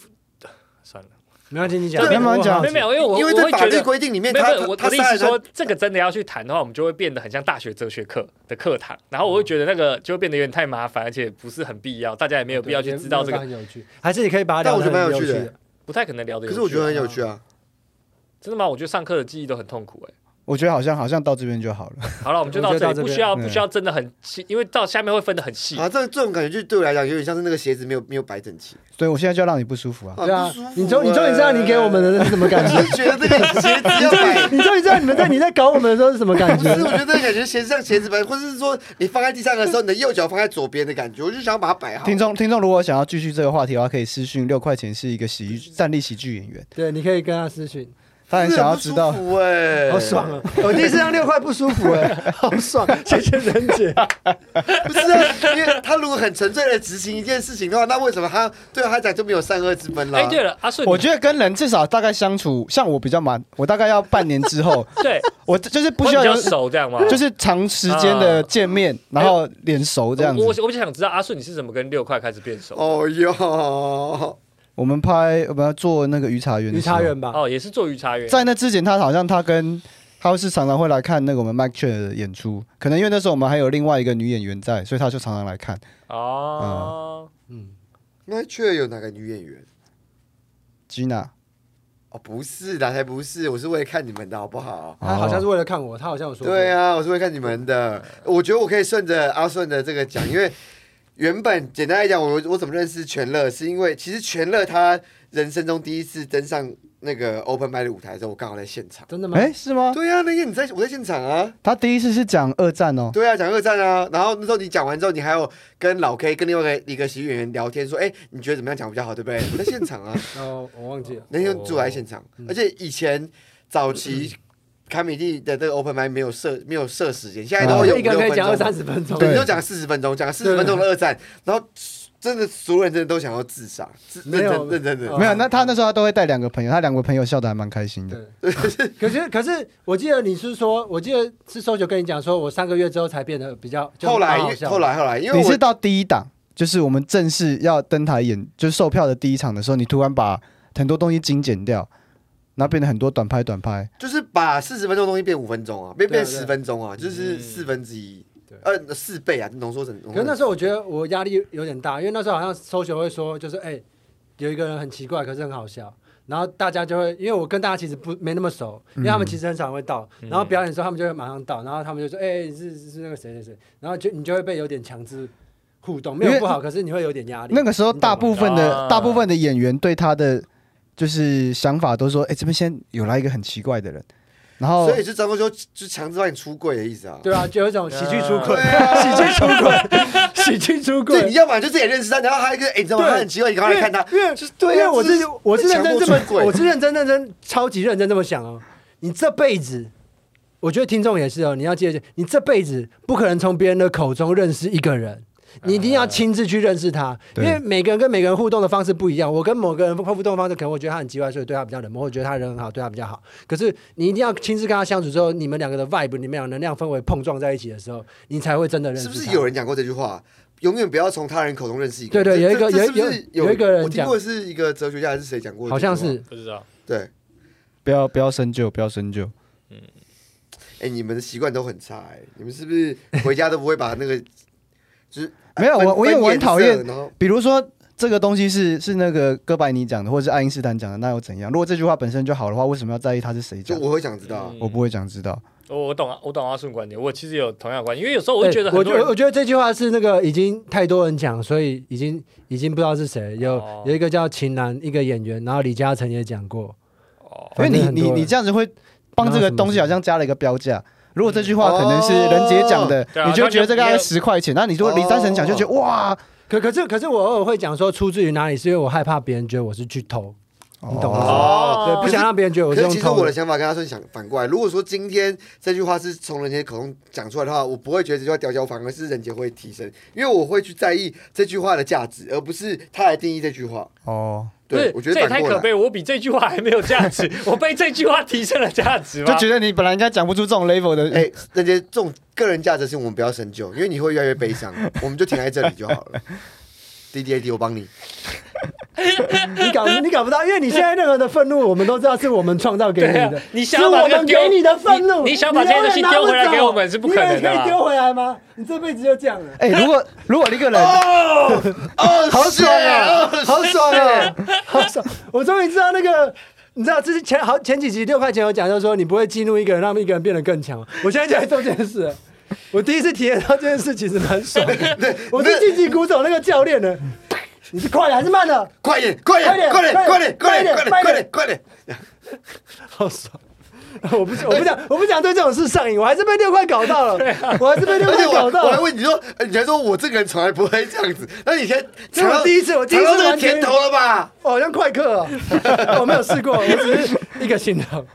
D: 算了，
A: 没关系，你讲，
B: 对慢慢讲
A: 我好
D: 没
A: 奇
D: 有没，有，因为我
C: 啊因为
D: 我
C: 在
D: 会
C: 法
D: 觉
C: 律
D: 得。
C: 规定里面，
D: 没有
C: 他
D: 没有我
C: 他他
D: 我的意
C: 杀
D: 思
C: 人
D: 是说，这个真的要去谈的话，我们就会变得很像大学哲学课的课堂，然后我会觉得那个就会变得有点太麻烦，而且不是很必要，大家也没有必要去知道这
A: 没
D: 个，
A: 有很有趣，还是你可以把它
C: 但
A: 聊
C: 我觉
A: 得
C: 得蛮
A: 很
C: 有
A: 有
C: 趣
A: 趣
C: 的
A: 的。
D: 不太可能聊的。
C: 可是我觉得很有趣啊。
D: 真的吗？我觉得上课的记忆都很痛苦哎、
B: 我觉得好像好像到这边就好了。
D: 好了，我们就
A: 我们就
D: 到这
A: 到
D: 里，
A: 这
D: 不
A: 边
D: 需要
B: 嗯
D: 不需要真的很细，因为到下面会分的很细。
C: 啊，这这种感觉就对我来讲有点像是那个鞋子没有没有摆整齐，
B: 所以我现在就要让你不舒服啊！
A: 对啊
C: 不舒服，
A: 你终你终于知道你给我们的是什么感
C: 欸，
A: 觉
C: 我，就觉得这个鞋子要摆。
A: 你终于知道你们在你在搞我们的时候是什么感
C: 不是，
A: 觉。
C: 我觉得这个感觉鞋子像鞋子摆，或者是说你放在地上的时候，你的右脚放在左边的感觉，我就想要把它摆好。
B: 听众听众如果想要继续这个话题的话，可以私讯六块钱是一个喜剧站立喜剧演员，
A: 对，你可以跟他私讯，
B: 他很想要知道
C: 真的很。不舒服哎，
A: 好爽啊！我第一次让六块不舒服
C: 欸
A: 哎，好爽，谢谢任姐。
C: 不是啊，因为他如果很纯粹的执行一件事情的话，那为什么他对他讲就没有善恶之分了？
D: 哎、对了，阿顺，
B: 我觉得跟人至少大概相处，像我比较忙，我大概要半年之 后，
D: 得对，
B: 我就是不
D: 我
B: 需要
D: 比较
B: 有，
D: 熟这样吗？
B: 就是长时间的见面，然后脸熟这样子
D: 我。我我想知道阿顺你是怎么跟六块开始变熟？哦
C: 哦哟，
B: 我们拍我们要做那个鱼茶园，
A: 鱼茶园，吧，
D: 哦也是做鱼茶园。
B: 在那之前，他好像他跟他是常常会来看那个我们 Mike c h e 的演出，可能因为那时候我们还有另外一个女演员在，所以他就常常来看。
D: 哦，
A: 嗯，
C: 那确有哪个女演员？
B: Gina，
C: 哦，不是的，才不是，我是为了看你们的好不好？
A: 他好像是
B: 哦
A: 为了看我，他好 像有说过
C: 对 啊，我是会看你们 的。我觉得我可以顺着阿顺的这个讲，因为原本简单来讲，我我怎么认识全乐，是因为其实全乐他人生中第一次登上那个 open m i 的舞台的时候，我刚好在现场。
A: 真的吗？
B: 哎，是吗？
C: 对啊，那天你在我在现场啊。
B: 他第一次是讲二战哦，
C: 对啊，讲二战啊，然后那时候你讲完之后，你还有跟老 K 跟另外一个一个喜剧演员聊天，说，哎、你觉得怎么样讲比较好，对不对？我在现 场啊，
A: 哦，我忘记了。
C: 那天住在现
A: 哦
C: 场，
A: 嗯
C: 而且以前早期卡米蒂的这个 open mic 没有设没有设时间，现在都
A: 我
C: 有
A: 哦一个人可以讲二三
C: 十，
A: 十分钟，
C: 哦对，
B: 对
C: 你都讲四十分钟，讲四十分钟的二战，然后真的所有人真的都想要自杀，自
A: 没
C: 认
A: 有
C: 真认真的
A: 哦
B: 没有，那他那时候他都会带两个朋友，他两个朋友笑得还蛮开心的。
A: 对，可是可是，我记得你是说，我记得是搜九跟你讲说，我三个月之后才变得比较。就
C: 后来
A: 蛮好
C: 因为
A: 笑
C: 后来后来，因为
B: 你是
C: 我
B: 到第一档，就是我们正式要登台演，就是售票的第一场的时候，你突然把很多东西精简掉，然后变得很多短拍短拍。
C: 就是把四十分钟的东西变五分钟啊，变
A: 对啊
C: 变
A: 对啊
C: 十分钟啊，就是
D: 嗯
C: 四分之一
A: 对，
C: 呃四倍啊，浓缩成。
A: 可是那时候我觉得我压力有点大，因为那时候好像搜九会说，就是哎、有一个人很奇怪，可是很好笑。然后大家就会，因为我跟大家其实不没那么熟，因为他们其实很少会到。
D: 嗯
A: 然后表演的时候，他们就会马上到，然后他们就说：“哎、是是是那个谁谁谁。”然后就你就会被有点强制互动，没
B: 因
A: 有
B: 为
A: 不好，可是你会有点压力。
B: 那个时候，
A: 你懂吗
B: 大部分的、
D: 啊
B: 大部分的演员对他的就是想法都说，哎、这边先有来一个很奇怪的人，然后
C: 所以就张国修就强制把你出柜的意思啊。
A: 对啊，就有一种喜剧出轨，
C: 啊
A: 喜剧出轨，喜剧出
C: 对，你
A: 轨。
C: 要不然就自己认识他，然后还有一个，哎、你知道吗？
A: 对
C: 他很奇怪，你赶快来看他。
A: 因为
C: 就是对啊
A: 因为我
C: 这
A: 是
C: 是
A: 我是认真这
C: 强迫出轨
A: 么，我是认真认真超级认真这么想哦。你这辈子，我觉得听众也是哦，你要记得，你这辈子不可能从别人的口中认识一个人。你一定
C: 哎
A: 要亲自去认识他，因
B: 对
A: 为每个人跟每个人互动的方式不一样。我跟某个人互动的方式，可能我觉得他很奇怪，所以对他比较冷漠；我觉得他人很好，对他比较好。可是你一定要亲自跟他相处之后，你们两个的 vibe，你们俩能量氛围碰撞在一起的时候，你才会真的认识
C: 是
A: 他。
C: 不是有人讲过这句话？永远不要从他人口中认识一个
A: 对对
C: 人。
A: 有一
C: 这
A: 个
C: 这
A: 有
C: 是不是
A: 有有一个人
C: 我听过是一个哲学家还是谁讲过？
A: 好像是。
D: 不知道。
C: 对，
B: 不要不要深究，不要深究。
C: 哎、你们的习惯都很差哎、你们是不是回家都不会把那个就是
B: 没有
C: 哎分
B: 我我因为我很讨厌
C: 分颜色然后
B: 比如说这个东西是是那个哥白尼讲的，或者是爱因斯坦讲的，那又怎样？如果这句话本身就好的话，为什么要在意他是谁
C: 就
B: 讲？
C: 我会想知道，
B: 我不会想知道。
D: 嗯我我懂啊，我懂阿顺观点，我其实有同样的观点，因为有时候我
B: 哎
D: 会觉得
A: 欸我
D: 很多
A: 觉
D: 人
A: 我觉得这句话是那个已经太多人讲，所以已经已经不知道是谁。有、
D: 哦
A: 有一个叫秦岚，一个演员，然后李嘉诚也讲过。
D: 哦
B: 因为
A: 反正
B: 你
A: 很多
B: 你
A: 人
B: 你这样子会帮这个东西好像加了一个标价。如果这句
A: 哦
B: 话可能是
C: 嗯
B: 任杰讲的，
D: 对啊
B: 你就会觉得这个大
D: 他
B: 概
D: 就
B: 十块钱，那你
A: 哦
B: 如果李三成讲就觉得哇，
A: 可可是可是我偶尔会讲说出自于哪里，是因为我害怕别人觉得我是去偷，你懂吗？
C: 哦
A: 对，不想让别人觉得我
C: 可
A: 是
C: 是
A: 用
C: 其实
A: 偷
C: 我的想法跟他说想反过来，如果说今天这句话是从人杰口中讲出来的话，我不会觉得这句话屌屌，反而是人杰会提升，因为我会去在意这句话的价值，而不是他来定义这句话。
B: 哦，
D: 不
C: 对
D: 是，
C: 我觉
D: 这
C: 得
D: 也
C: 反
D: 太
C: 过
D: 可
C: 来。
D: 悲，我比这句话还没有价值，我被这句话提升了价值吗？
B: 就觉得你本来应该讲不出这种 level 的，
C: 哎，人杰这种个人价值的事情我们不要深究，因为你会越来越悲伤，我们就停在这里就好了。D D A D，我帮你。
A: 你搞你搞不到，因为你现在任何的愤怒，我们都知道是我们创造给你
D: 对啊
A: 的，
D: 你
A: 是
D: 想要把
A: 我
D: 这个
A: 们
D: 丢
A: 给你的愤怒，
D: 你你想把这些东西丢回来给我们是不可能的啦
A: 你永远拿走你以为可以丢回来吗？你这辈子就这样了。
B: 哎，如果如果一个人，
C: 哦，好爽啊！
A: 好爽啊，好爽！ 我终于知道那个，你知道之前好前几集六块钱有讲，就是说你不会激怒一个人，让一个人变得更强。我现在就在做这件事了，我第一次体验到这件事，其实蛮爽的。我是晋级鼓手那个教练呢，你是快的还是慢的？
C: 快点，快点，快点，快点，快点，快点，快点，快点！
A: 好爽！我不我不想我不想对这种事上瘾，我还是被六块搞到了，我还是被六
C: 啊而且
A: 块
C: 我
A: 搞到
C: 我还
A: 了。
C: 问你说，呃你还说我这个人从来不会这样子，那你先
A: 这是我第一次我第一次
C: 尝到这个
A: 完全
C: 甜头了吧？
A: 我好像快克哦，我没有试过，我只是一个新郎。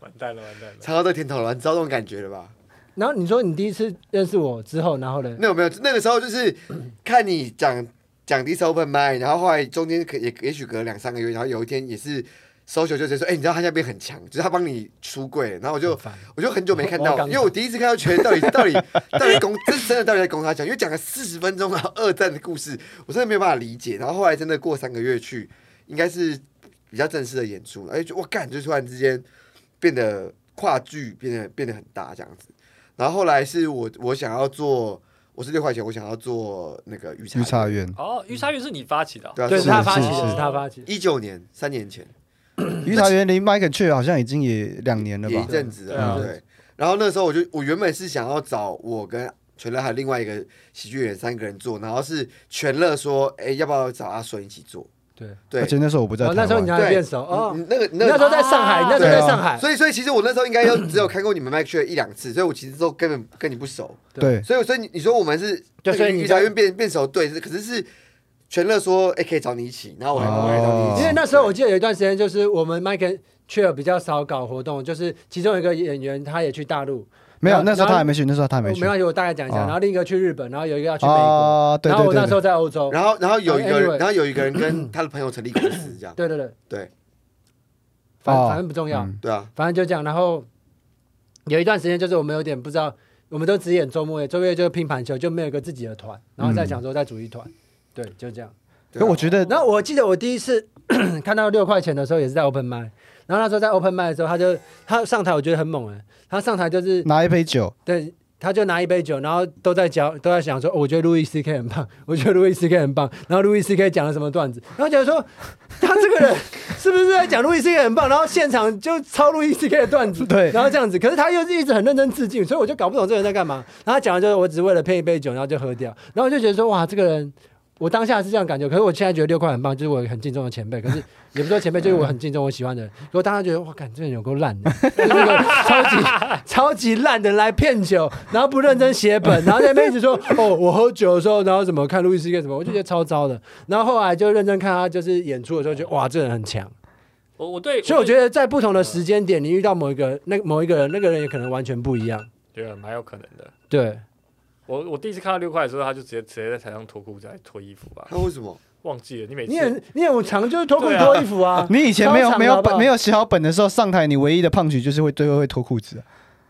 D: 完蛋了，完蛋了。
C: 尝到这个甜头了吧，你知道这种感觉了吧？
A: 然后你说你第一次认识我之后，然后呢？
C: 那有没有那个时 候就是看你讲讲第一次 open mind，然后后来中间可也也许隔两三个月，然后有一天也是。搜球就直接说：“哎、你知道他现在变很强，就是他帮你出柜。”然后我就
A: 很烦
C: 我就很久没看
A: 我
C: 到
A: 我，刚
C: 因为我第一次看到全到底 到底到底攻，这是真的到底在攻他讲，因为讲了四十分钟然后二战的故事，我真的没有办法理解。然后后来真的过三个月去，应该是比较正式的演出，而且我干就突然之间变得跨距变得变得很大这样子。然后后来是我我想要做，我是六块钱，我想要做那个鱼叉
B: 御茶园，
D: 哦，御鲨鱼是你发起的哦、
C: 对啊，
A: 对，
C: 是
A: 是他
C: 我
A: 发起
B: 是
A: 的，
D: 是
A: 是他发起的。
C: 一九年三年前，
B: 于台园离麦肯雀好像已经也两年了
C: 也一
B: 吧？
C: 阵子
D: 对啊
C: 了，对。然后那时候我就，我原本是想要找我跟全乐还有另外一个喜剧演员三个人做，然后是全乐说，哎，要不要找阿顺一起做？
A: 对
C: 对
B: 而，且那时候我不在
A: 哦，
B: 台湾，
A: 那时候你还
C: 对
A: 变熟哦
C: 你，你那个你
A: 你
C: 那啊
A: 那
C: 个
A: 时候在上海，你那时候在上海，
C: 所以，所以其实我那时候应该要只有看过你们 Mike 一两次，所以我其实都根本跟你不熟。
B: 对
C: 所以，所以你你说我们是
A: 对所以你
C: 于台院变变熟，对，是可是是全乐说，哎、可以找你一起，然后我还、
B: 哦
C: 我还找你一起，
A: 因为那时候我记得有一段时间，就是我们 Mike 却比较少搞活动，就是其中一个演员他也去大陆，
B: 没有
A: 然后
B: 那时候他还没去，那时候他还
A: 我
B: 没去
A: 没关系，我大概讲一下。
B: 哦
A: 然后另一个去日本，然后有一个要去美国，
B: 啊，对
A: 然后
B: 对
A: 我那时
B: 对
A: 候在欧洲。
C: 然后然后有一个人，
A: 哦 Anyway
C: 然后有一个人跟他的朋友成立公司，这样，
A: 对对对，
C: 对
A: 反
B: 哦
A: 反正不重
B: 对，
A: 要，
B: 嗯
C: 对啊，
A: 反正就这样。然后有一段时间，就是我们有点不知道，我们都只演周末夜，周末夜就是拼盘球，就没有一个自己的团，然后再想说再组一
B: 嗯
A: 团，对，就这样。
C: 对
B: 可
C: 啊
B: 我觉得
A: 然后我记得我第一次 看到六块钱的时候，也是在 Open 麦。然后那时候在 Open 麦的时候，他就他上台，我觉得很猛哎、他上台就是
B: 拿一杯酒，
A: 对，他就拿一杯酒，然后都在讲，都在想说，哦我觉得路易 C K 很棒， 我觉得路易 C K 很棒。然后路易 C K 讲了什么段子，然后觉得说他这个人是不是在讲路易 C K 很棒，然后现场就抄路易 C K 的段子，
B: 对
A: 然后这样子。可是他又是一直很认真致敬，所以我就搞不懂这个人在干嘛。然后他讲的就是我只为了配一杯酒，然后就喝掉，然后我就觉得说，哇，这个人。我当下是这样感觉，可是我现在觉得六块很棒，就是我很敬重的前辈。可是也不是说前辈，就是我很敬重我喜欢的人。我当时觉得，哇，感这个人有够烂的， 就是一个超级超级烂的来骗酒，然后不认真写本，然后在那边一直说 哦，我喝酒的时候，然后怎么看路易斯一个什么，我就觉得超糟的。然后后来就认真看他就是演出的时候，觉得哇，这人很强。
D: 我我对，
A: 所以我觉
D: 得
A: 得在不同的时间点，你遇到某一个人那某一个人，那个人也可能完全不一样。
D: 觉得蛮有可能的。
A: 对，
D: 我我第一次看到六块的时候，他就直接直接在台上脱裤子、还脱衣服吧，
C: 他为什么？
D: 忘记了。你每次
A: 你很你很常就是脱裤
D: 对啊
A: 脱衣服啊。
B: 你以前没
A: 超
B: 有
A: 长
B: 没
A: 的好
B: 有
A: 不好
B: 本没有写好本的时候上台，你唯一的胖曲就是会最后会脱裤子啊，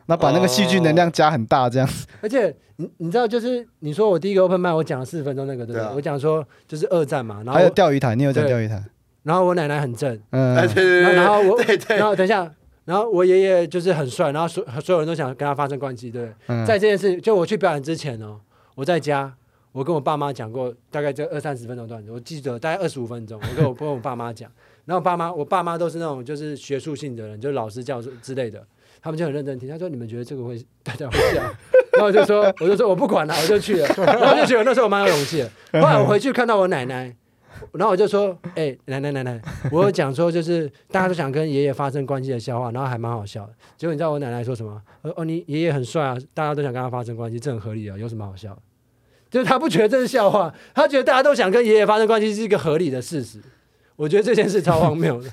B: 那把那个戏剧能量加很大这样。
A: 而且你你知道，就是你说我第一个 open m i 我讲了四十分钟那个，对不对？
C: 对啊
A: 我讲说就是二战嘛，然后
B: 还有
A: 我
B: 钓鱼台，你有讲
A: 对
B: 钓鱼台？
A: 然后我奶奶很正，
B: 嗯
C: 哎、，对对对，
A: 然后然后我
C: 对对
A: 然后等一下，然后我爷爷就是很帅，然后所所有人都想跟他发生关系，对不对？
B: 嗯
A: 在这件事，就我去表演之前哦，我在家，我跟我爸妈讲过大概这二三十分钟段子，我记得大概二十五分钟，我跟 我跟我爸妈讲，然后我爸妈我爸妈都是那种就是学术性的人，就是老师教授之类的，他们就很认真听，他说你们觉得这个会大家会笑， 然后我就说我就说我不管了，我就去了，然后就觉得那时候我蛮有勇气的，后来我回去看到我奶奶。然后我就说，哎、奶奶奶奶，我有讲说就是大家都想跟爷爷发生关系的笑话，然后还蛮好笑的。结果你知道我奶奶说什么？呃哦，你爷爷很帅啊，大家都想跟他发生关系，这很合理啊，有什么好笑的？就是他不觉得这是笑话，他觉得大家都想跟爷爷发生关系是一个合理的事实。我觉得这件事超荒 谬的。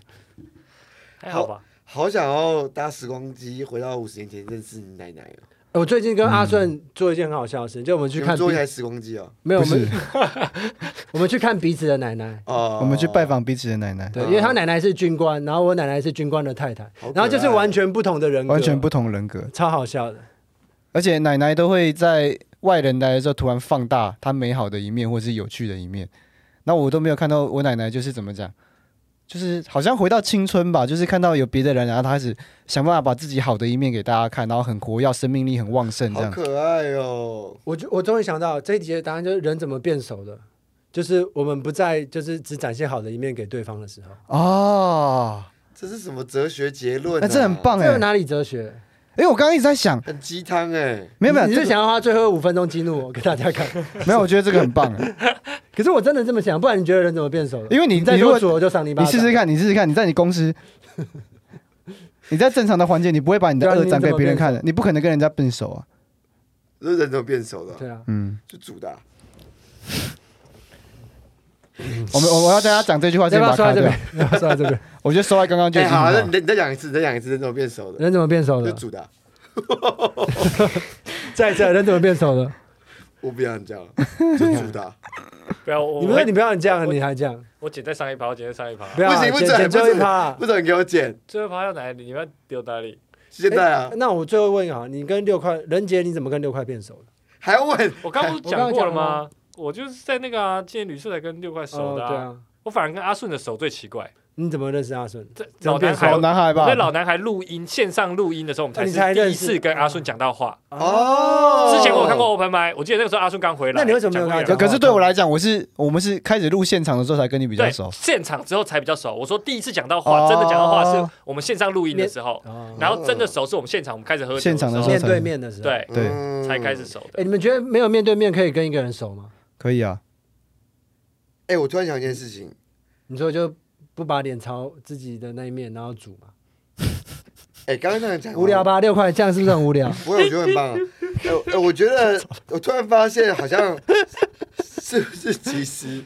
D: 还好吧？
C: 好想要搭时光机回到五十年前认识你奶奶哦。
A: 呃我最近跟阿顺做一件很好笑的事，就我们去
C: 你
A: 看
C: 们做一
A: 彼
C: 台时光机哦。
A: 没有我
B: 不是
A: 们 我们去看彼此的奶奶。
C: 哦，
B: 我们去拜访彼此的奶奶，
A: 对，
C: 嗯
A: 因为他奶奶是军官，然后我奶奶是军官的太太
C: 好可爱，
A: 然后就是完全不同的人格，
B: 啊完全不同人格，
A: 超好笑的。
B: 而且奶奶都会在外人来的时候突然放大她美好的一面或是有趣的一面。那我都没有看到我奶奶就是怎么讲，就是好像回到青春吧，就是看到有别的人，然后她开始想办法把自己好的一面给大家看，然后很活跃，生命力很旺盛这
C: 好
B: 样。
C: 可爱哦。
A: 我就我终于想到这一集的答案就是人怎么变熟的，就是我们不再就是只展现好的一面给对方的时候。
B: 哦，
C: 这是什么哲学结论、啊？
B: 那这很棒
A: 这
B: 哎、
A: 有
B: 欸！
A: 哪里哲学？
B: 哎，我刚刚一直在想，
C: 很鸡汤哎。
B: 没有没有，
A: 你
B: 这
A: 是
B: 个
A: 想要花最后五分钟激怒我 给大家看？
B: 没有，我觉得这个很棒欸，
A: 可是我真的这么想，不然你觉得人怎么变熟的？
B: 因为你
A: 再
B: 你如
A: 多
B: 果
A: 煮我就赏你一巴
B: 你
A: 掌。
B: 试试看，你试试看，你在你 公司，你在正常的环境，你不会把你的
A: 对啊
B: 二战
A: 你怎
B: 给
A: 么
B: 别人
A: 变熟
B: 看的，你不可能跟人家笨手啊。
C: 这人怎么变熟的啊？
A: 对啊，
B: 嗯，
C: 就煮的啊、
B: 我们我我要大家讲这句话
A: 要
B: 先
A: 不
B: 把
A: 要
B: 它
A: 说
B: 卡
A: 在这
B: 掉
A: 边。？ 要不要说在这边？
B: 我觉得说在 刚刚就
C: 哎、
B: 已经
C: 好、
B: 很好
C: 啊，那
B: 了
C: 你再你再讲一次，你再讲一次，人怎么变熟的？
A: 人怎么变熟
C: 就
A: 的？
C: 煮的啊、
A: 在这，人怎么变熟的？
C: 我不要你这样， 就煮的啊、
D: 不要我
A: 你不是
D: 我
A: 你不要这样，
D: 我
A: 你还这样，
D: 我剪在上一趴，我剪在上一趴，
A: 不要啊
C: 不行不
A: 剪
C: 准
A: 剪
C: 不
A: 最后一
C: 准
A: 趴啊。
C: 不准给我剪，
D: 最后一趴要哪里？你们要丢哪里？
C: 现在啊，
A: 那我最后问一个啊，你跟六块人杰你怎么跟六块变熟的？
C: 还要问
D: 我刚不是讲过了
A: 我刚刚讲
D: 吗？我就是在那个啊，见旅社才跟六块熟的、
A: 哦对啊，
D: 我反而跟阿顺的熟最奇怪，
A: 你怎么认识阿顺？
D: 这
A: 怎么
D: 老男
A: 变
D: 孩
B: 老，男孩
D: 我
B: 吧
D: 在，老男孩录音线上录音的时候，我
A: 啊
D: 们
A: 你才
D: 才是第
A: 认
D: 一
A: 识
D: 次跟阿顺讲到话。
C: 哦
D: 之前我有看过 Open m i 我记得那个时候阿顺刚回来。
A: 那你为什么没有跟他
B: 可
A: 讲
B: 可是对我来讲，我是我们是开始录现场的时候才跟你比较
D: 对
B: 熟，
D: 现场之后才比较熟？我说第一次讲到
B: 哦
D: 话，真的讲到话是我们线上录音的时候，
A: 哦，
D: 然后真的熟是我们现场我们开始喝酒
B: 现
C: 哦
B: 场的时候
A: 面 对面的时候，
D: 对
B: 对
C: 嗯
D: 才开始熟的。
A: 哎，你们觉得没有面对面可以跟一个人熟吗？
B: 可以啊，
C: 哎、我突然想一件事情，
A: 你说就不把脸朝自己的那一面，然后煮嘛，
C: 哎、刚刚那样讲
A: 无聊？吧？六块，这样是不是很无 聊？
C: 不会，我觉得 很棒啊。哎、哎我觉得我突然发现，好像是不是其实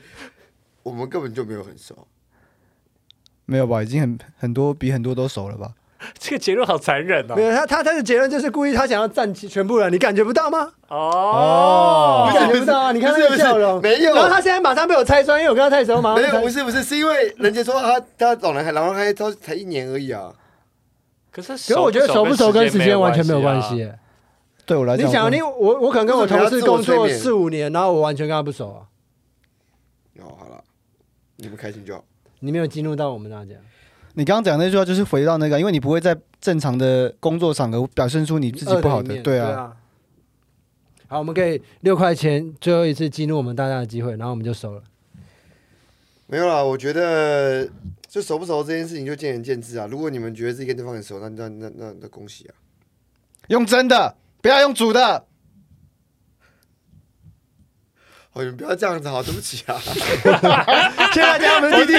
C: 我们根本就没有很熟。
B: 没有吧？已经很很多比很多都熟了吧？
D: 这个结论好残忍哦
A: 没。有，他他他的结论就是故意，他想要占其全部人，你感觉不到吗？
D: 哦
A: 你，感觉不到啊？你看他
C: 不是
A: 的笑容，
C: 不是没有
A: 然后他现在马上被我拆穿，因为我跟他太熟，马上被
C: 没有，
A: 拆
C: 不是不是，是因为人家说他他老男孩，老男孩他才一年而已啊。
D: 可是
A: 可是我觉得熟不熟跟时间完全没有关
D: 啊
A: 系。。哎
B: 对我来
A: 你
B: 讲，
A: 想啊，你我我可能跟我同事工作四五年，然后我完全跟他不熟啊。
C: 哦，好了，你们开心就好。
A: 你没有进入到我们那家，
B: 你刚刚讲那句话就是回到那个，因为你不会在正常的工作场合表现出你自己不好
A: 二
B: 的，
A: 面
B: 对
A: 对
B: 啊，。
A: 好，我们给六块钱最后一次激怒我们大家的机会，然后我们就熟了。
C: 没有啦，我觉得就熟不熟这件事情就见仁见智啊。如果你们觉得自己跟对方很熟，那那那那那恭喜啊！
B: 用真的，不要用 煮的。
C: 哦，你们不要这样子，好，对不起啊。
A: 谢谢大家，我们滴滴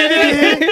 A: 滴滴。